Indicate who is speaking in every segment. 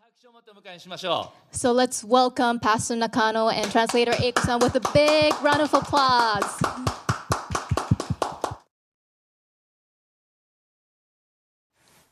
Speaker 1: 拍手をもってお迎えしましょ
Speaker 2: So let's welcome Pastor Nakano and translator Ikusan with a big round of applause.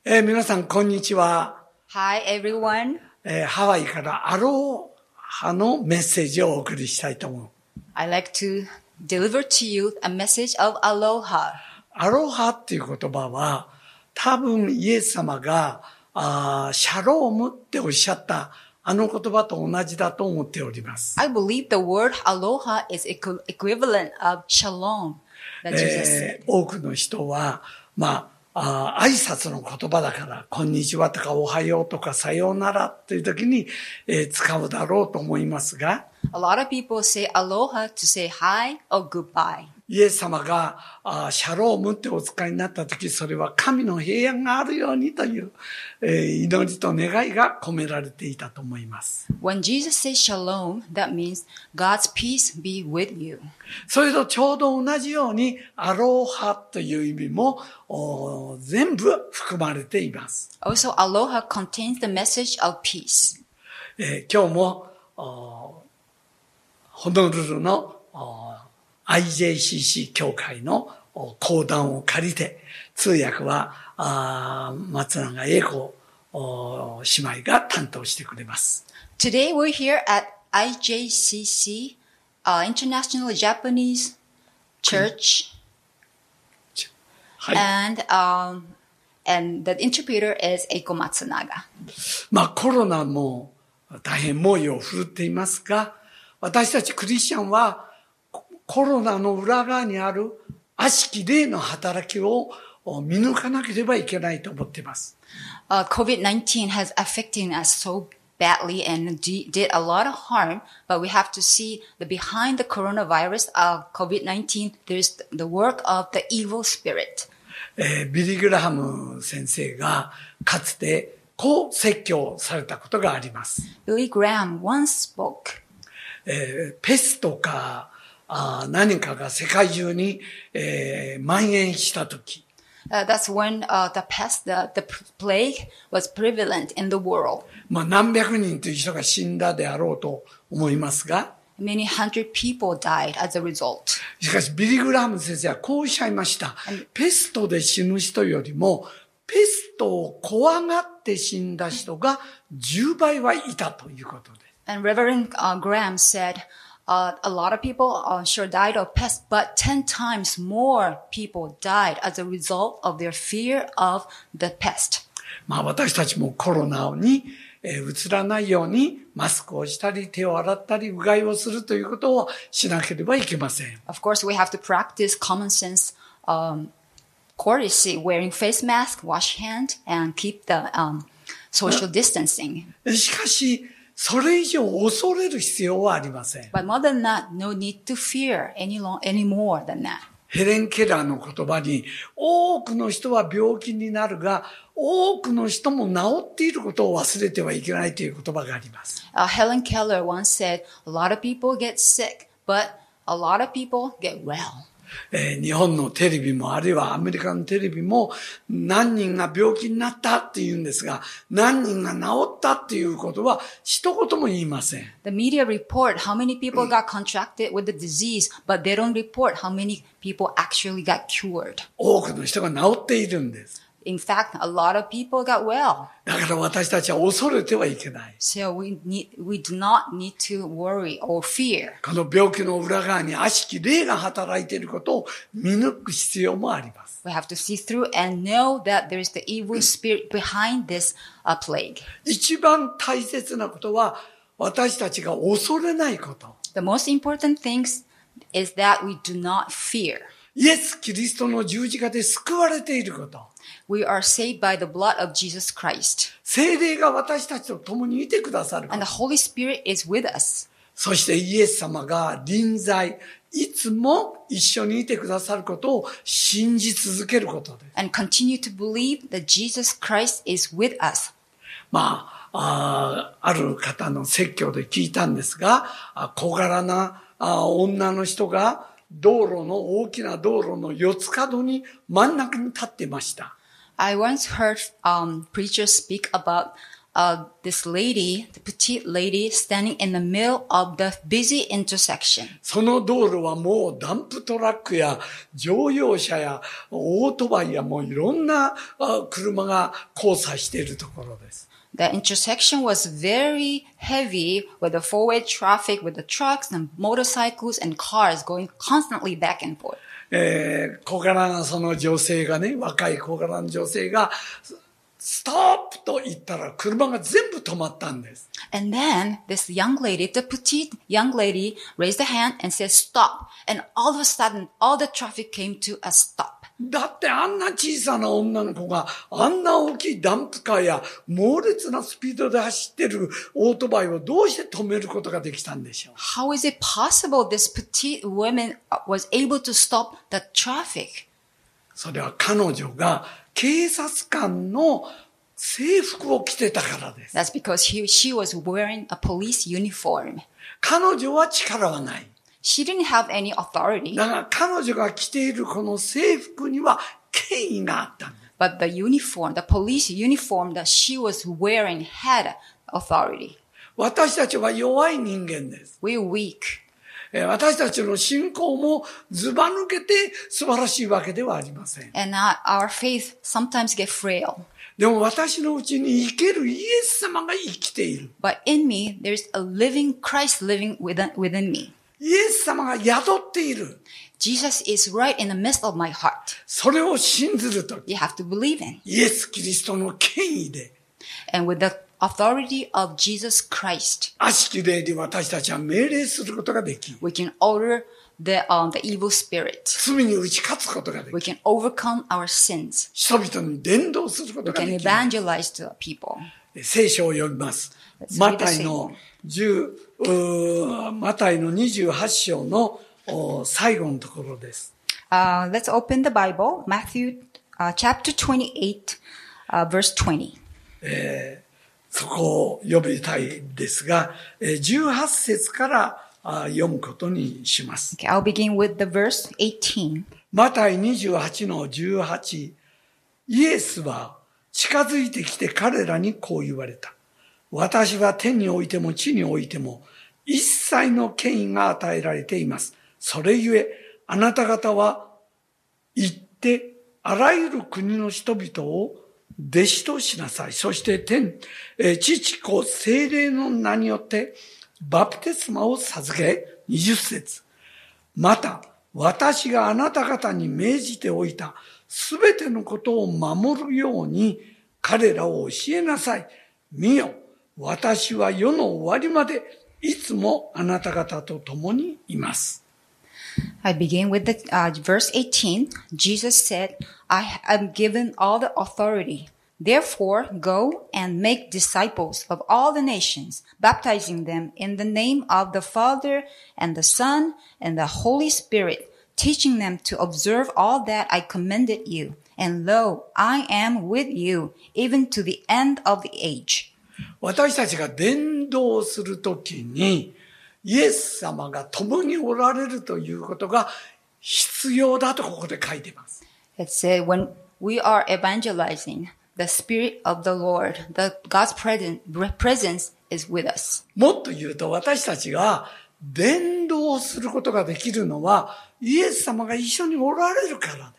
Speaker 3: えー皆さん、こんにちは、
Speaker 4: Hi everyone.
Speaker 3: えーハワイからアロハのメッセージをお送りしたいと思う。
Speaker 4: I like to deliver to you a message of aloha.
Speaker 3: アロハっていう言葉は、多分イエス様が、あーシャロームっておっしゃった、あの言葉と同じだと思っております。
Speaker 4: I believe the word aloha is equ- equivalent of shalom that Jesus said.
Speaker 3: えー多くの人は、まあ、あー挨拶の言葉だから、こんにちはとかおはようとかさようならっていう時に、えー使うだろうと思いますが、
Speaker 4: A lot of people say aloha to say hi or goodbye.
Speaker 3: イエス様が、あーシャロームってお使いになった時、それは神の平安があるようにという、えー祈りと願いが込められていたと思います。
Speaker 4: When Jesus says shalom, that means God's peace be with you.
Speaker 3: それとちょうど同じように、アロハという意味も、おー全部含まれています。
Speaker 4: Also, aloha contains the message of peace.
Speaker 3: えー今日も、おーホノルルのおー IJCC 協会のお講談を借りて、通訳はあー松永英子おー姉妹が担当してくれます。
Speaker 4: Today we're here at IJCC, uh, International Japanese Church.
Speaker 3: はい。
Speaker 4: and um, and the interpreter is Eiko Matsunaga.
Speaker 3: まあコロナも大変猛威を振るっていますが、私たちクリスチャンはココロナの裏側にある悪しき霊の働きをお見抜かなければいけないと思っています。
Speaker 4: Uh, COVID nineteen has affecting us so badly and de- did a lot of harm, but we have to see the behind the coronavirus of COVID nineteen. There's the work of the evil spirit.
Speaker 3: えービリー・グラハム先生がかつてこう説教されたことがあります。
Speaker 4: Billy Graham once spoke.
Speaker 3: えーペストかあー何かが世界中に、えー蔓延したとき、
Speaker 4: Uh, that's when uh, the pest, the, the plague was prevalent in the world.
Speaker 3: まあ、何百人という人が死んだであろうと思いますが、
Speaker 4: Many hundred people died as a result.
Speaker 3: しかしビリー・グラハム先生はこうおっしゃいました。ペストで死ぬ人よりも、ペストを怖がって死んだ人が10倍はいたということです。
Speaker 4: And Reverend uh, Graham said, uh, a lot of people uh, sure died of pest, but 10 times more people died as a result of their fear of the pest.
Speaker 3: まあ私たちもコロナにえーうつらないようにマスクをしたり手を洗ったりうがいをするということをしなければいけません。
Speaker 4: Of course, we have to practice common sense um, courtesy, wearing face mask, wash hand, and keep the um, social distancing.
Speaker 3: しかし、それ以上恐れる必要はありません。
Speaker 4: But more than that, no need to fear any, long, any more than that.
Speaker 3: ヘレン・ケラーの言葉に、多くの人は病気になるが、多くの人も治っていることを忘れてはいけないという言葉があります。
Speaker 4: Uh, Helen Keller once said, a lot of people get sick, but a lot of people get well.
Speaker 3: えー日本のテレビもあるいはアメリカのテレビも何人が病気になったって言うんですが、何人が治ったっていうことは一言も言いません。
Speaker 4: The media report how many people got contracted with the disease, but they don't report how many people actually got cured.
Speaker 3: 多くの人が治っているんです。
Speaker 4: In fact, a lot of people got well.
Speaker 3: だから私たちは恐れてはいけない。
Speaker 4: So we need, we do not need to worry or fear.
Speaker 3: この病気の裏側に悪しき霊が働いていることを見抜く必要もあります。
Speaker 4: We have to see through and know that there is the evil spirit behind this uh, plague.
Speaker 3: 一番大切なことは私たちが恐れないこと。
Speaker 4: The most important thing is that we do not fear.
Speaker 3: イエス・キリストの十字架で救われていること。
Speaker 4: We are saved by the blood of Jesus Christ,
Speaker 3: 聖霊が私たちと共にいてくださるこ
Speaker 4: and
Speaker 3: と。
Speaker 4: the Holy Spirit is with us.
Speaker 3: そしてイエス様が臨在、いつも一緒にいてくださることを信じ続けることです。
Speaker 4: and continue to believe that Jesus Christ is with us.
Speaker 3: まあ、あーある方の説教で聞いたんですが、あ小柄なあ女の人が道路の大きな道路の四つ角に真ん中に立ってました。
Speaker 4: I once heard um, preachers speak about uh, this lady, the petite lady, standing in the middle of the busy intersection.
Speaker 3: その道路はもうダンプトラックや乗用車やオートバイやもういろんなあ車が交差しているところです。
Speaker 4: The intersection was very heavy with the four-way traffic, with the trucks and motorcycles and cars going constantly back and forth.
Speaker 3: えー小柄なその女性がね、若い小柄な女性が、スストップと言ったら車が全部止まったんです。
Speaker 4: And then this young lady, the petite young lady, raised a hand and said, stop. And all of a sudden, all the traffic came to a stop.
Speaker 3: だってあんな小さな女の子があんな大きいダンプカーや猛烈なスピードで走ってるオートバイをどうして止めることができたんでしょう
Speaker 4: How is it possible this petite woman uh, was able to stop the traffic?
Speaker 3: それは彼女が警察官の制服を着てたからです。
Speaker 4: That's because he, she was wearing a police uniform.
Speaker 3: 彼女は力はない。
Speaker 4: She didn't have any authority,
Speaker 3: だが彼女が着ているこの制服には権威があったんだ。
Speaker 4: but the uniform, the police uniform that she was wearing had authority.
Speaker 3: 私たちは弱い人間です。
Speaker 4: We're weak.
Speaker 3: えー私たちの信仰もずば抜けて素晴らしいわけではありません。
Speaker 4: And our, our faith sometimes get frail.
Speaker 3: でも私のうちに生けるイエス様が生きている。
Speaker 4: But in me, there's a living Christ living within, within me.
Speaker 3: イエス様が宿っている。
Speaker 4: Jesus is right in the midst of my heart.
Speaker 3: それを信ずるとき、
Speaker 4: You have to believe in.
Speaker 3: イエス・キリストの権威で、
Speaker 4: And with the authority of Jesus Christ,
Speaker 3: 悪しき霊に私たちは命令することができ、
Speaker 4: we can order the, um, the evil spirit.
Speaker 3: 罪に打ち勝つことがで
Speaker 4: We
Speaker 3: き、
Speaker 4: can overcome our sins.
Speaker 3: 人々に伝道することが
Speaker 4: We can
Speaker 3: でき、
Speaker 4: evangelize to the people.
Speaker 3: 聖書を読みます。
Speaker 4: Let's
Speaker 3: マ
Speaker 4: read the
Speaker 3: タイの10うーマタイの28章のお最後のところです。
Speaker 4: Uh, let's open the Bible, Matthew uh, chapter 28, uh, verse 20.
Speaker 3: そこを読みたいんですが、えー18節からあ読むことにします。
Speaker 4: Okay, I'll begin with the verse 18.
Speaker 3: マタイ28の18。イエスは近づいてきて彼らにこう言われた。私は天においても地においても一切の権威が与えられています。それゆえ、あなた方は行ってあらゆる国の人々を弟子としなさい。そして天、えー父子精霊の名によってバプテスマを授け、20節また、私があなた方に命じておいたすべてのことを守るように彼らを教えなさい。見よ、私は世の終わりまでいつもあなた方と共にいます。
Speaker 4: I begin with the uh, verse 18. Jesus said, I am given all the authority. Therefore, go and make disciples of all the nations, baptizing them in the name of the Father and the Son and the Holy Spirit, teaching them to observe all that I commanded you. And lo, I am with you even to the end of the age.
Speaker 3: 私たちが伝道するときに、イエス様が共におられるということが必要だとここで書いています。
Speaker 4: It said, when we are evangelizing, the Spirit of the Lord, the God's presen- presence is with us.
Speaker 3: もっと言うと私たちが伝道することができるのはイエス様が一緒におられるから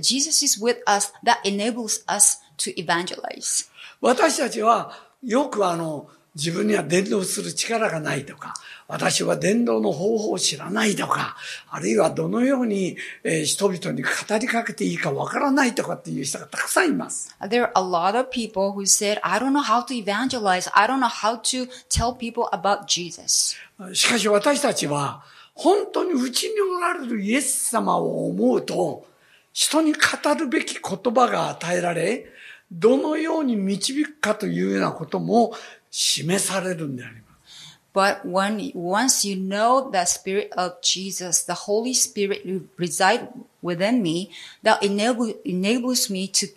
Speaker 3: です。
Speaker 4: Jesus is with us. That enables us to evangelize.
Speaker 3: 私たちはよくあの自分には伝道する力がないとか、私は伝道の方法を知らないとか、あるいはどのように、えー人々に語りかけていいかわからないとかっていう人がたくさんいます。
Speaker 4: There are a lot of people who said, I don't know how to evangelize. I don't know how to tell people about Jesus.
Speaker 3: しかし私たちは本当にうちにおられるイエス様を思うと、人に語るべき言葉が与えられ、どのように導くかというようなことも示されるんであります。
Speaker 4: But when, once you know the spirit of Jesus, the Holy Spirit who reside within me, that enable, enables me to,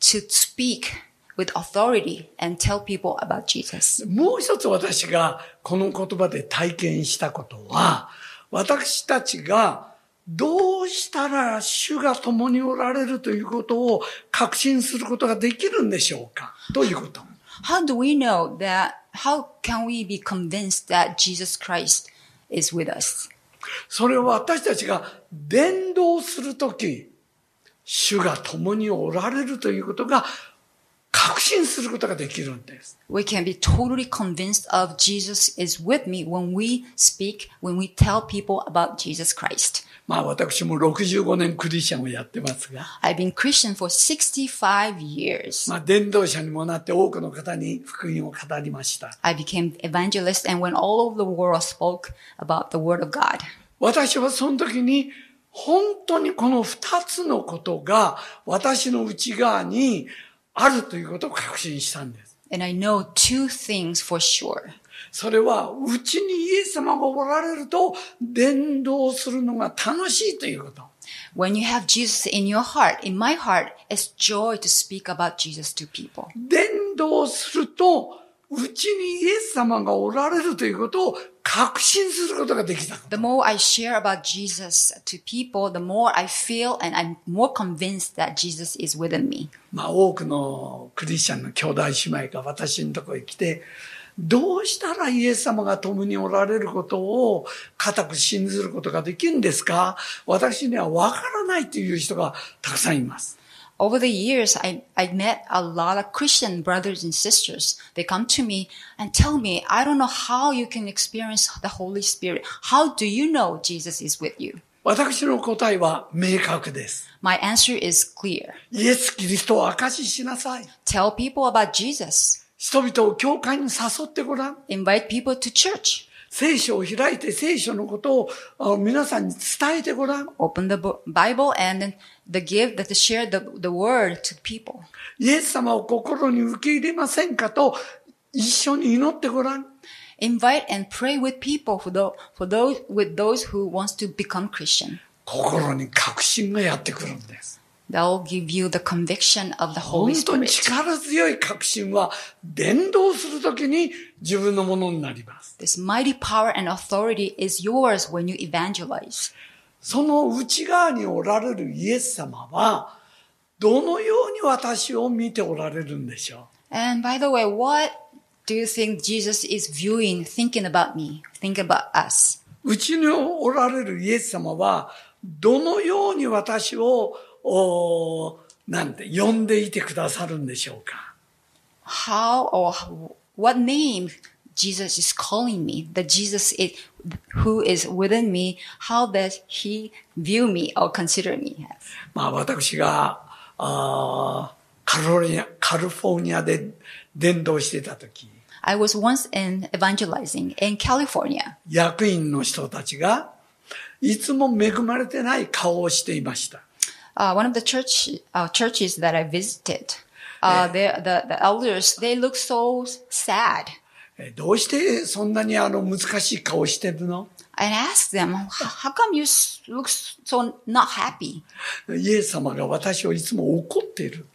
Speaker 4: to speak with authority and tell people about Jesus.
Speaker 3: もう一つ私がこの言葉で体験したことは、私たちがどうしたら主が共におられるということを確信することができるんでしょうかということ。
Speaker 4: How do we know that? How can we be convinced that Jesus Christ is with us?
Speaker 3: それは私たちが伝道するとき、主が共におられるということが確信することができるんです。
Speaker 4: We can be totally convinced of Jesus is with me when we speak, when we tell people about Jesus Christ.
Speaker 3: まあ私も65年クリスチャンをやってますが、
Speaker 4: I've been Christian for 65 years.
Speaker 3: まあ伝道者にもなって多くの方に福音を語りました。
Speaker 4: I became evangelist and went all over the world spoke about the word of God.
Speaker 3: 私はその時に本当にこの二つのことが私の内側にあるということを確信したんです。
Speaker 4: And I know two things for sure.
Speaker 3: それはうちにイエス様がおられると伝道するのが楽しいということ。
Speaker 4: When you have Jesus in your heart, in my heart, it's joy to speak about Jesus to people.
Speaker 3: 伝道するとうちにイエス様がおられるということを確信することができた。
Speaker 4: The more I share about Jesus to people, the more I feel and I'm more convinced that Jesus is within me.
Speaker 3: まあ多くのクリスチャンの兄弟姉妹が私のとこへ来て、どうしたらイエス様が共におられることを固く信ずることができるんですか私にはわからないという人がたくさんいます。
Speaker 4: Over the years, I, I met a lot of Christian brothers and sisters. They come to me and tell me, I don't know how you can experience the Holy Spirit. How do you know Jesus is with you?
Speaker 3: 私の答えは明確です。
Speaker 4: My answer is clear.
Speaker 3: イエス・キリストを証ししなさい。
Speaker 4: Tell people about Jesus.
Speaker 3: 人々を教会に誘ってごらん。
Speaker 4: Invite people to church.
Speaker 3: 聖書を開いて聖書のことをあ皆さんに伝えてごらん。
Speaker 4: Open the Bo- Bible and then the give that to share the, the word to people.
Speaker 3: イエス様を心に受け入れませんかと一緒に祈ってごらん。
Speaker 4: Invite and pray with people for those, for those, with those who wants to become Christian.
Speaker 3: 心に確信がやってくるんです。
Speaker 4: That will give you the conviction of the
Speaker 3: 本
Speaker 4: Holy
Speaker 3: 当に
Speaker 4: Spirit.
Speaker 3: 力強い確信は伝道するときに自分のものになります。
Speaker 4: This mighty power and authority is yours when you evangelize.
Speaker 3: その内側におられるイエス様は、どのように私を見ておられるんでしょ
Speaker 4: And by the way, what do you think Jesus is viewing, thinking about me, thinking about us?
Speaker 3: う。うちにおられるイエス様は、どのように私を、おーなんて、呼んでいてくださるんでしょうか。
Speaker 4: How or what name Jesus is calling me, that Jesus is, who is within me, how does he view me or consider me as?
Speaker 3: まあ私が、あーカリフォルニア、カリフォルニアで伝道してた時、
Speaker 4: I was once in evangelizing in California.
Speaker 3: 役員の人たちが、いつも恵まれてない顔をしていました。
Speaker 4: uh, one of the church uh, churches that I visited. Uh, the, the the elders they look so sad.
Speaker 3: えどうしてそんなにあの難しい顔してるの
Speaker 4: I asked them, "H- "How come you s- look s- so not happy?"
Speaker 3: イエス様が私をいつも怒っている。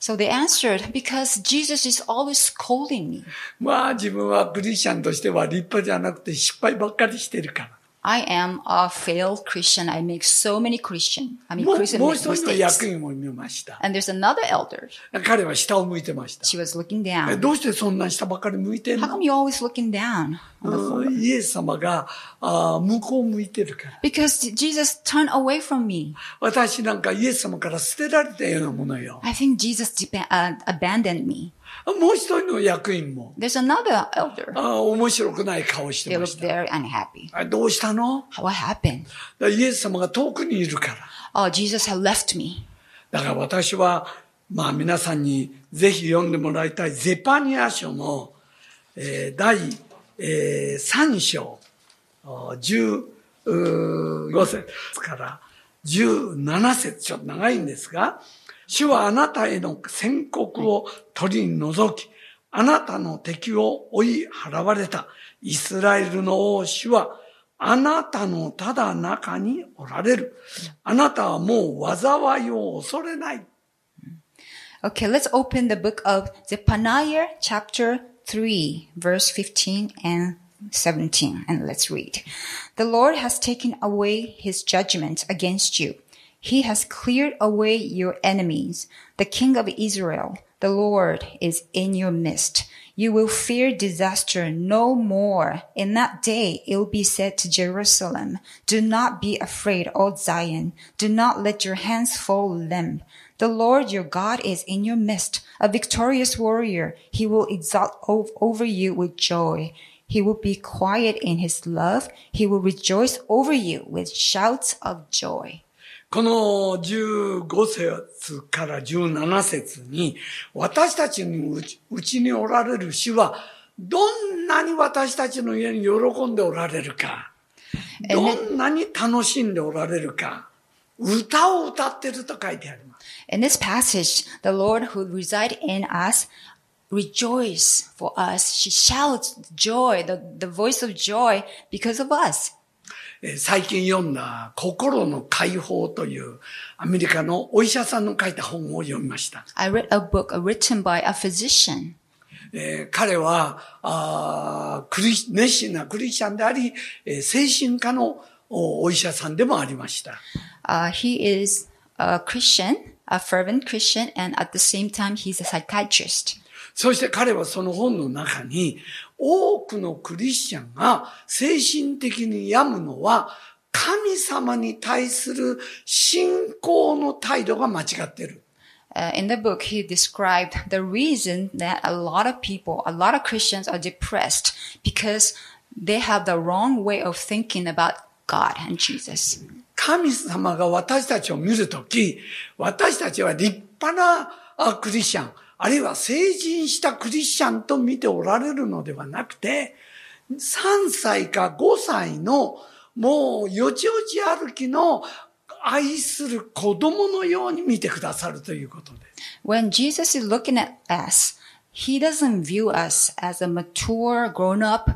Speaker 4: So they answered, "Because Jesus is always scolding me.
Speaker 3: まあ自分はクリスチャンとしては立派じゃなくて失敗ばっかりしてるから。
Speaker 4: I am a failed Christian. I make so many Christian. I mean,
Speaker 3: もうもう一
Speaker 4: Christian make
Speaker 3: 人の役
Speaker 4: mistakes."
Speaker 3: 員を見ました。
Speaker 4: And there's another elder.
Speaker 3: 彼は下を向いてました。
Speaker 4: She was looking
Speaker 3: え
Speaker 4: down.
Speaker 3: どうしてそんな下ばっかり向いてん
Speaker 4: How
Speaker 3: の
Speaker 4: come you're always looking down?
Speaker 3: うんイエス様があー向こう向いてるから。
Speaker 4: Because Jesus turned away from me.
Speaker 3: 私なんかイエス様から捨てられたようなものよ。
Speaker 4: I think Jesus deba- uh, abandoned me.
Speaker 3: もう一人の役員も、
Speaker 4: There's another elder.
Speaker 3: あー面白くない顔して
Speaker 4: They
Speaker 3: ま
Speaker 4: look
Speaker 3: した。
Speaker 4: very unhappy.
Speaker 3: あどうしたの
Speaker 4: What happened?
Speaker 3: だからイエス様が遠くにいるから。
Speaker 4: Oh, Jesus had left me.
Speaker 3: だから私は、まあ皆さんにぜひ読んでもらいたい、ゼパニア書の、えー第、え3章、お15節から17節、ちょっと長いんですが、主はあなたへの宣告を取り除き、あなたの敵を追い払われたイスラエルの王主は、あなたのただ中におられる。あなたはもう災いを恐れない。
Speaker 4: Okay, let's open the book of Zephaniah chapter 3, verse 15 and 17, and let's read. The Lord has taken away his judgment against you. He has cleared away your enemies, the king of Israel, The Lord is in your midst. You will fear disaster no more. In that day it will be said to Jerusalem, Do not be afraid, O Zion. Do not let your hands fall limp. The Lord your God is in your midst, a victorious warrior. He will exult o- over you with joy. He will be quiet in his love. He will rejoice over you with shouts of joy.
Speaker 3: この15節から17節に、私たちのうちうちにおられる主は、どんなに私たちの家に喜んでおられるか、
Speaker 4: えね
Speaker 3: どんなに楽しんでおられるか、歌を歌ってると書いてあります。
Speaker 4: In this passage, the Lord who resides in us rejoices for us. She shouts joy, the, the voice of joy because of us.
Speaker 3: えー最近読んだ心の解放というアメリカのお医者さんの書いた本を読みました。
Speaker 4: I read a book written by a physician.
Speaker 3: えー彼はあークリ熱心なクリスチャンであり、えー精神科のおお医者さんでもありました。
Speaker 4: Uh, he is a Christian, a fervent Christian, and at the same time, he's a psychiatrist.
Speaker 3: そして彼はその本の中に、多くのクリスチャンが精神的に病むのは、神様に対する信仰の態度が間違ってる。
Speaker 4: Uh, in the book, he described the reason that a lot of people, a lot of Christians are depressed because they have the wrong way of thinking about God and Jesus.
Speaker 3: 神様が私たちを見るとき、私たちは立派なあクリスチャン、あるいは成人したクリスチャンと見ておられるのではなくて、3歳か5歳の、もうよちよち歩きの愛する子供のように見てくださるということです。
Speaker 4: When Jesus is looking at us, he doesn't view us as a mature, grown up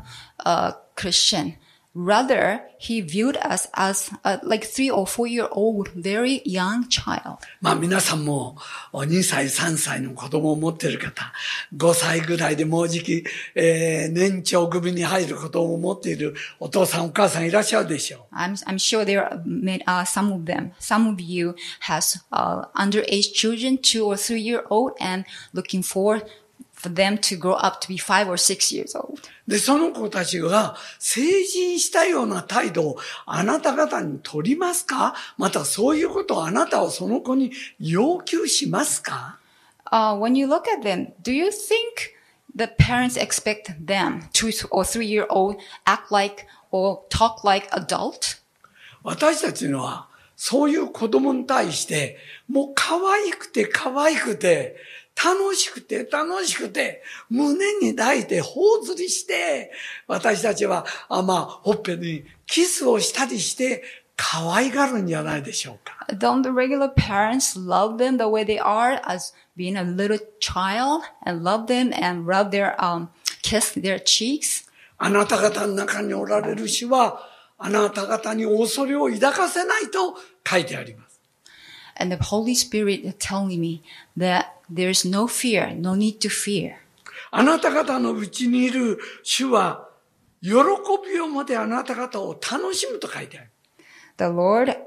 Speaker 4: uh, Christian. Rather, he viewed us as a, like three or four year old, very young child.
Speaker 3: まあ皆さんもお2歳、3歳の子供を持っている方、5歳ぐらいでもうじき、えー年長組に入る子供を持っているお父さんお母さんいらっしゃるでしょう。
Speaker 4: I'm, I'm sure there are many, uh, some of them. Some of you has uh, underage children, two or three year old, and looking forward for them to grow up to be five or six years old.
Speaker 3: で、その子たちが成人したような態度をあなた方に取りますかまたそういうことをあなたをその子に要求しますか
Speaker 4: Uh, when you look at them, do you think the parents expect them, two or three year old, act like or talk like adult?
Speaker 3: 私たちのは、そういう子供に対して、もう可愛くて可愛くて、楽しくて楽しくて、胸に抱いて頬ずりして、私たちは、あまあ、ほっぺにキスをしたりして、可愛がるんじゃないでしょうか。
Speaker 4: Don't the regular parents love them the way they are as being a little child and love them and rub their, um, kiss their cheeks?
Speaker 3: あなた方の中におられる主は、あなた方に恐れを抱かせないと書いてあります。
Speaker 4: And the Holy Spirit is telling me that there's no fear, no need to fear.
Speaker 3: あなた方のうちにいる主は、喜びをもてあなた方を楽しむと書いてある。
Speaker 4: The Lord,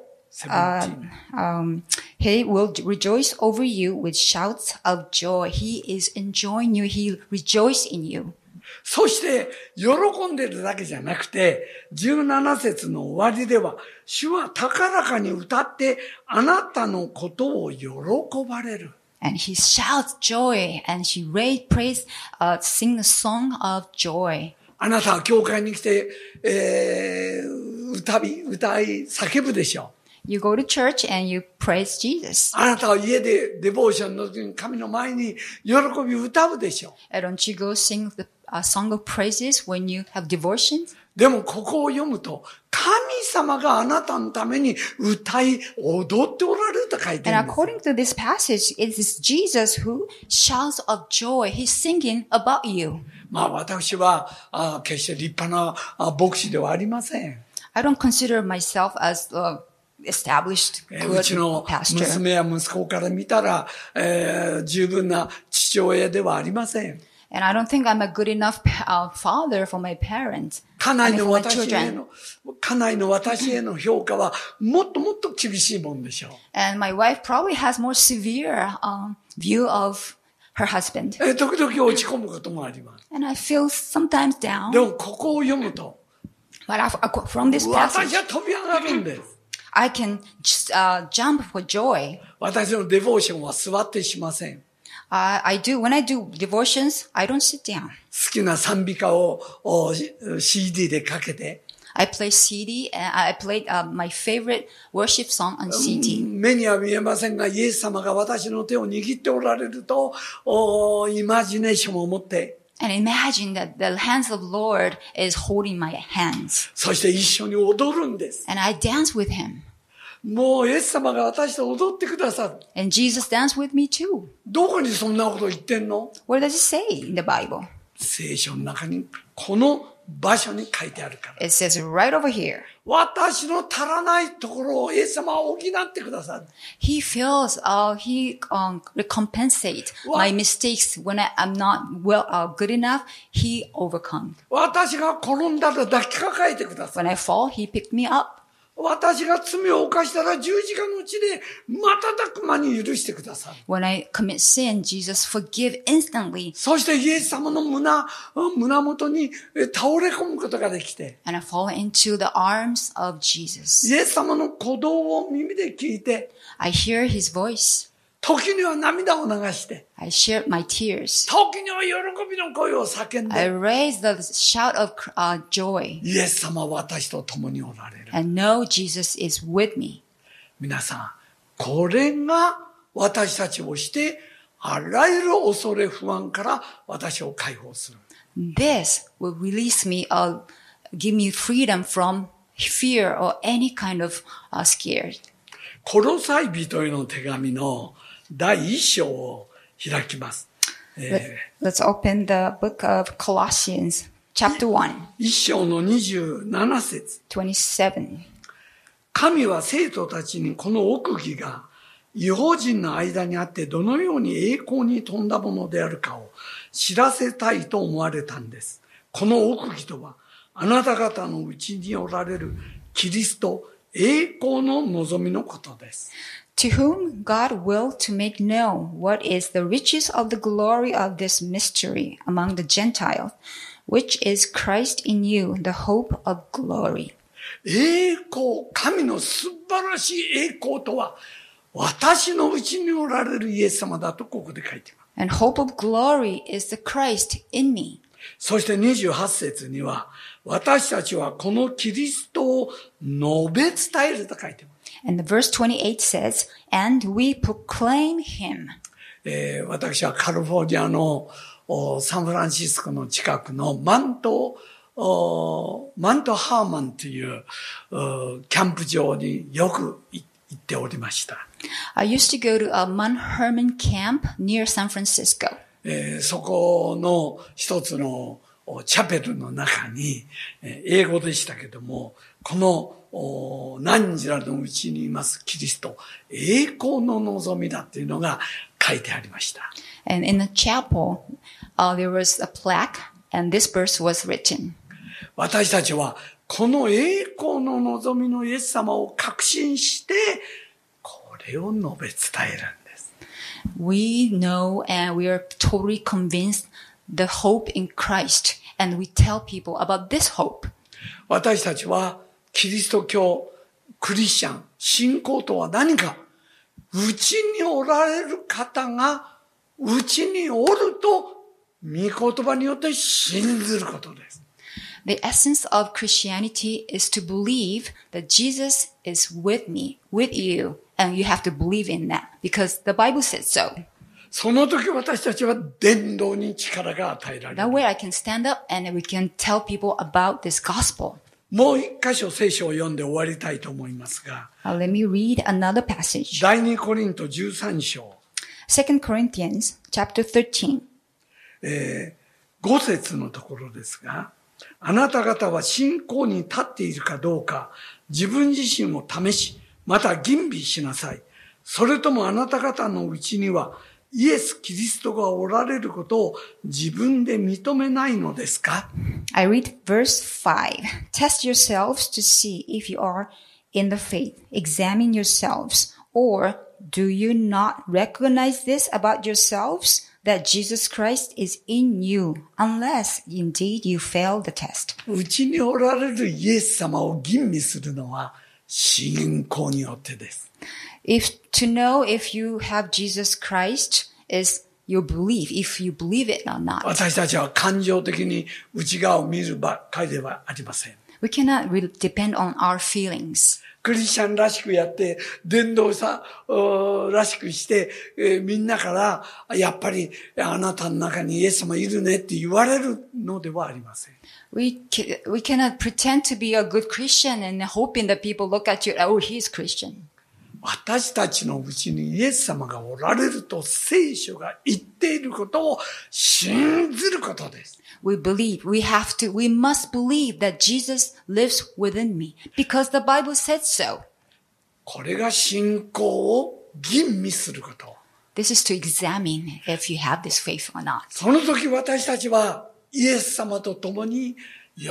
Speaker 4: uh,
Speaker 3: 17.
Speaker 4: um, He will rejoice over you with shouts of joy. He is enjoying you. He rejoices in you.
Speaker 3: そして、喜んでるだけじゃなくて、17節の終わりでは、主は高らかに歌って、あなたのことを喜ばれる。
Speaker 4: And He shouts joy and He ra- praise, uh, sing a song of joy.
Speaker 3: あなたは教会に来て、えー、歌び、歌い、叫ぶでしょう。
Speaker 4: You go to church and you praise Jesus.
Speaker 3: あなたは家でデボーションの時に神の前に喜び歌うでしょ
Speaker 4: Uh, Don't you go sing the uh, song of praises when you have devotions?
Speaker 3: う。でもここを読むと、神様があなたのために歌い、踊っておられると書いて
Speaker 4: And
Speaker 3: あるんですよ。
Speaker 4: according to this passage, it is Jesus who shouts of joy. He's singing about you.
Speaker 3: まあ私はあ決して立派なあ牧師ではありません。
Speaker 4: I don't consider myself as a established
Speaker 3: えーう
Speaker 4: good
Speaker 3: ちの
Speaker 4: pastor.
Speaker 3: 娘や息子から見たら、えー十分な父親ではありません。
Speaker 4: And I don't think I'm a good enough uh, father for my parents.
Speaker 3: 家
Speaker 4: I
Speaker 3: 内
Speaker 4: mean,
Speaker 3: の
Speaker 4: for my
Speaker 3: 私へ
Speaker 4: children.
Speaker 3: の、家内の私への評価はもっともっと厳しいもんでしょう。
Speaker 4: And my wife probably has more severe um, view of her husband.
Speaker 3: えー時々落ち込むこともあります。
Speaker 4: And I feel sometimes
Speaker 3: で
Speaker 4: down.
Speaker 3: も、ここを読むと、
Speaker 4: But I, I- from this
Speaker 3: 私
Speaker 4: passage,
Speaker 3: は飛び上がるんです。
Speaker 4: I can just, uh, jump for joy.
Speaker 3: 私のデボーションは座ってしません。
Speaker 4: Uh, I do, when I do devotions, I don't sit down.
Speaker 3: 好きな賛美歌をおし CD でかけて、
Speaker 4: I play CD and I played uh, my favorite worship song on CD.
Speaker 3: 目には見えませんが、イエス様が私の手を握っておられると、おイマジネーションを持って、
Speaker 4: And imagine that the hands of Lord is holding my hands.
Speaker 3: そして一緒に踊るんです。
Speaker 4: And I dance with him.
Speaker 3: もうイエス様が私と踊ってくださる。
Speaker 4: And Jesus danced with me too.
Speaker 3: どこにそんなこと言ってんの
Speaker 4: What does it say in the Bible?
Speaker 3: 聖書の中に、この場所に書いてあるから。
Speaker 4: It says right over here.
Speaker 3: 私の足らないところをイエス様は補ってくださる。
Speaker 4: He feels, uh, he um, recompensate my
Speaker 3: What?
Speaker 4: mistakes when I am not well, uh, good enough. He overcome.
Speaker 3: 私が転んだら抱きかかえてください。
Speaker 4: When I fall, he picked me up.
Speaker 3: 私が罪を犯したら十字架の地で瞬く間に許してください。
Speaker 4: When I commit sin, Jesus forgive instantly.
Speaker 3: そしてイエス様の胸、胸元にえ倒れ込むことができて、
Speaker 4: And I fall into the arms of Jesus.
Speaker 3: イエス様の鼓動を耳で聞いて、
Speaker 4: I hear his voice.
Speaker 3: 時には涙を流して、
Speaker 4: I shed my tears.
Speaker 3: 時には喜びの声を叫ん
Speaker 4: I
Speaker 3: で、
Speaker 4: raise the shout of cr- uh, joy
Speaker 3: イエス様は私と共におられる。
Speaker 4: and know Jesus is with me.
Speaker 3: 皆さん、これが私たちをして、あらゆる恐れ不安から私を解放する。
Speaker 4: This will release me or give me freedom from fear or any kind of uh, scare.
Speaker 3: コロサイ人への手紙の第一章を開きます。え
Speaker 4: Let's open the book of Colossians, chapter 1,
Speaker 3: ー一章の27節
Speaker 4: 27.
Speaker 3: 神は生徒たちにこの奥義が違法人の間にあってどのように栄光に富んだものであるかを知らせたいと思われたんです。この奥義とはあなた方のうちにおられるキリスト栄光の望みのことです。
Speaker 4: To whom God will to make known what is the riches of the glory of this mystery among the Gentiles, which is Christ in you, the hope of glory.
Speaker 3: 栄光、神の素晴らしい栄光とは私のうちにおられるイエス様だとここで書いています。
Speaker 4: And hope of glory is the Christ in me.
Speaker 3: そして28節には、私たちはこのキリストを述べ伝えると書いてます。
Speaker 4: And the verse 28 says, and we proclaim him.
Speaker 3: えー私はカリフォルニアのおサンフランシスコの近くのマント、おマントハーマンといううキャンプ場によくい行っておりました。
Speaker 4: I used to go to a Mount Herman camp near San Francisco.
Speaker 3: えーそこの一つのおチャペルの中に、えー英語でしたけども、このお何時らのうちにいますキリスト、栄光の望みだっていうのが書いてありました。
Speaker 4: And in the chapel, uh, there was a plaque and this verse was written.
Speaker 3: 私たちは、この栄光の望みのイエス様を確信して、これを述べ伝えるんです。
Speaker 4: We know and we are totally convinced the hope in Christ. And we tell people about this hope.
Speaker 3: 私たちはキリスト教、クリスチャン、信仰とは何か、うちにおられる方が、うちにおると、御言葉によって信ずることです。
Speaker 4: The essence of Christianity is to believe that Jesus is with me, with you, and you have to believe in that because the Bible says so.
Speaker 3: その時私たちは伝道に力が与えられ
Speaker 4: That
Speaker 3: る。
Speaker 4: way I can stand up and we can tell people about this gospel.
Speaker 3: もう一箇所聖書を読んで終わりたいと思いますが、
Speaker 4: Uh, let me read another passage.
Speaker 3: 第二コリント13章、
Speaker 4: 2 Corinthians chapter 13.
Speaker 3: 五節のところですが、あなた方は信仰に立っているかどうか、自分自身を試し、また吟味しなさい。それともあなた方のうちには、イエス・キリストがおられることを自分で認めないのですか
Speaker 4: I read verse 5. Test yourselves to see if you are in the faith. Examine yourselves. Or do you not recognize this about yourselves that Jesus Christ is in you, unless indeed you fail the test.
Speaker 3: うちにおられるイエス様を吟味するのは信仰によってです。
Speaker 4: If to know if you have Jesus Christ is your belief, if you believe it or not.
Speaker 3: 私たちは感情的に内側を見るばっかりではありません。
Speaker 4: We cannot re- depend on our feelings.
Speaker 3: クリスチャンらしくやって、伝道さ、おーらしくして、えーみんなから、やっぱりあなたの中にイエス様いるねって言われるのではありません。
Speaker 4: We ca- we cannot pretend to be a good Christian and hoping that people look at you. Oh, he's Christian.
Speaker 3: 私たちのうちにイエス様がおられると聖書が言っていることを信ずることです。
Speaker 4: We believe. We have to. We must believe that Jesus lives within me because the Bible said so.
Speaker 3: これが信仰を吟味すること。
Speaker 4: This is to examine if you have this faith or not.
Speaker 3: その時私たちはイエス様と共に喜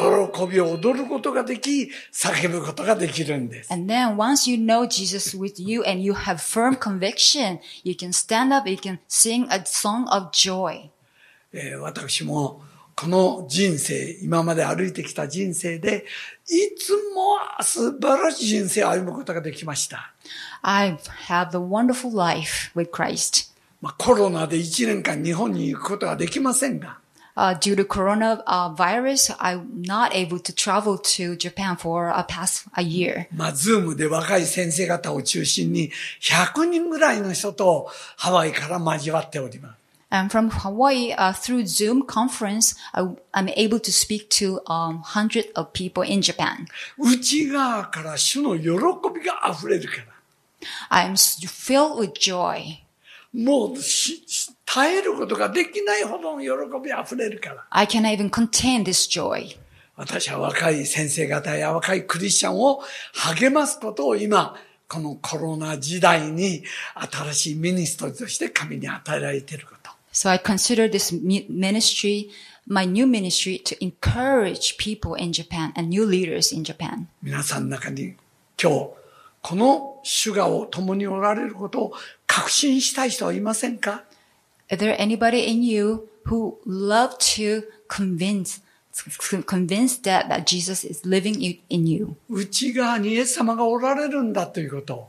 Speaker 3: びを踊ることができ、叫ぶことができるんです。
Speaker 4: And then once you know Jesus with you and you have firm conviction, you can stand up, you can sing a song of joy.
Speaker 3: えー私もこの人生、今まで歩いてきた人生で、いつも素晴らしい人生を歩むことができました。
Speaker 4: I have the wonderful life with Christ.
Speaker 3: まあ、コロナで1年間日本に行くことはできませんが、
Speaker 4: Uh, due to coronavirus, I'm not able to travel to Japan for a past a year.
Speaker 3: まあ、ズームで若い先生方を中心に100人ぐらいの人とハワイから交わっております。
Speaker 4: And from Hawaii, uh, through Zoom conference, I, I'm able to speak to um, hundreds of people in Japan.
Speaker 3: 内側から主の喜びが溢れるから、
Speaker 4: I'm s- filled with joy.
Speaker 3: もうしし耐えることができないほどの喜び溢れるから。
Speaker 4: I cannot even contain this joy.
Speaker 3: 私は若い先生方や若いクリスチャンを励ますことを今、このコロナ時代に新しいミニストリーとして神に与えられていること。
Speaker 4: So I consider this mi- ministry, my new ministry, to encourage people in Japan and new leaders in Japan.
Speaker 3: 皆さんの中に今日、この主がを共におられることを確信したい人はいませんか
Speaker 4: Is there anybody in you who love to convince, convince that, that Jesus is living i- in you?
Speaker 3: 内側にイエス様がおられるんだということを、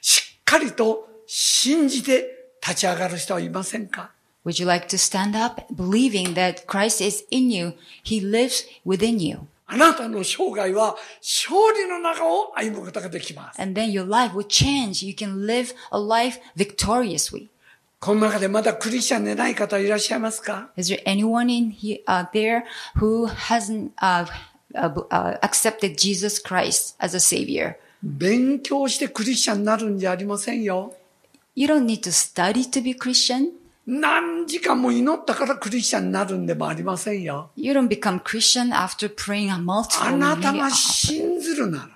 Speaker 3: しっかりと信じて立ち上がる人はいませんか
Speaker 4: Would you like to stand up believing that Christ is in you? He lives within you.
Speaker 3: あなたの生涯は勝利の中を歩むことができます。
Speaker 4: And then your life will change. You can live a life victoriously.
Speaker 3: この中でまだクリスチャンでない方いらっしゃいますか
Speaker 4: Is there anyone in he, uh, there who hasn't uh, uh, b- uh, accepted Jesus Christ as a savior?
Speaker 3: 勉強してクリスチャンになるんじゃありませんよ。
Speaker 4: You don't need to study to be Christian.
Speaker 3: 何時間も祈ったからクリスチャンになるんでもありませんよ。
Speaker 4: You don't become Christian after praying a
Speaker 3: あ
Speaker 4: multiple
Speaker 3: なた
Speaker 4: many
Speaker 3: が
Speaker 4: hours.
Speaker 3: 信ずるなら、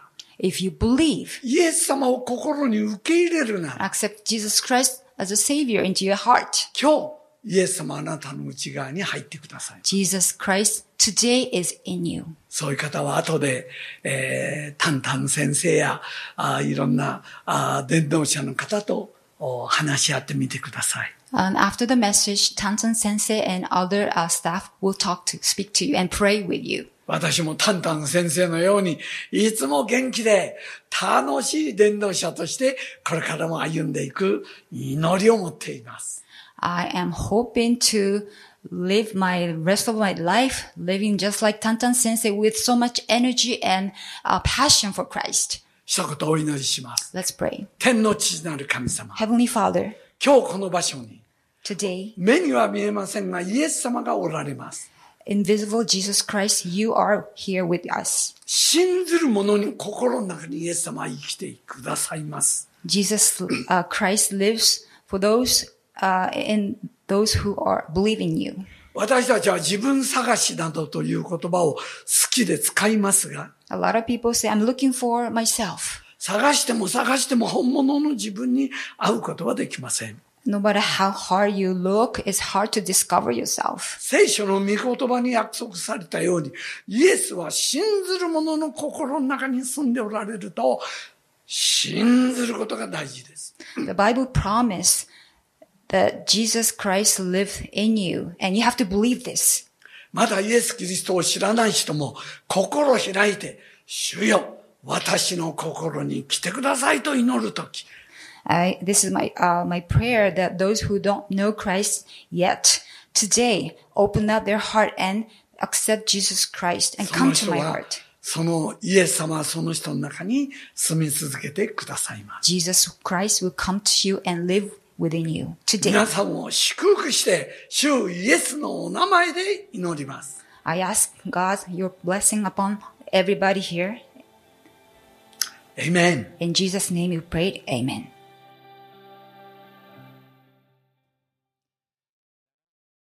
Speaker 4: If you believe,
Speaker 3: イエス様を心に受け入れるなら、
Speaker 4: accept Jesus Christ as a savior into your heart.
Speaker 3: 今日、イエス様あなたの内側に入ってください。
Speaker 4: Jesus Christ today is in you.
Speaker 3: そういう方は後で、えー、タンタン先生や、あーいろんな、あー伝道者の方とお話し合ってみてください。
Speaker 4: And after the message, Tantan Sensei and other uh, staff will talk to, speak to you and pray with you.
Speaker 3: 私もタンタン先生のように、いつも元気で、楽しい伝道者として、これからも歩んでいく祈りを持っています。
Speaker 4: I am hoping to live my rest of my life living just like Tantan Sensei with so much energy and uh, passion for Christ.
Speaker 3: 一言お祈りします。
Speaker 4: Let's pray.
Speaker 3: 天の父なる神様。
Speaker 4: Heavenly Father,
Speaker 3: 今日この場所に、
Speaker 4: today,
Speaker 3: 目には見えませんが、イエス様がおられます。
Speaker 4: invisible Jesus Christ, you are here with us.
Speaker 3: 信ずる者に心の中にイエス様は生きてくださいます。
Speaker 4: Jesus uh, Christ lives for those uh, in those who are believe in you.
Speaker 3: 私たちは自分探しなどという言葉を好きで使いますが、
Speaker 4: A lot of people say, I'm looking for myself.
Speaker 3: 探しても探しても本物の自分に会うことはできません。
Speaker 4: No matter how hard you look, it's hard to discover yourself.
Speaker 3: 聖書の御言葉に約束されたように、イエスは信ずる者の心の中に住んでおられると、信ずることが大事です。
Speaker 4: The Bible promised that Jesus Christ lived in you. And you have to believe this.
Speaker 3: まだイエス・キリストを知らない人も心を開いて、主よ、私の心に来てくださいと祈るとき、
Speaker 4: I, this is my, uh, my prayer that those who don't know Christ yet today open up their heart and accept Jesus Christ and
Speaker 3: そ
Speaker 4: come
Speaker 3: の
Speaker 4: to
Speaker 3: 人
Speaker 4: my
Speaker 3: は
Speaker 4: heart.、
Speaker 3: そのイエス様はその人の中に住み続けてくださいます。
Speaker 4: Jesus Christ will come to you and live within you today.
Speaker 3: 皆さんを祝福して、主イエスのお名前で祈ります。
Speaker 4: I ask God your blessing upon everybody here.
Speaker 3: エメン。
Speaker 4: In Jesus' name you prayed. Amen.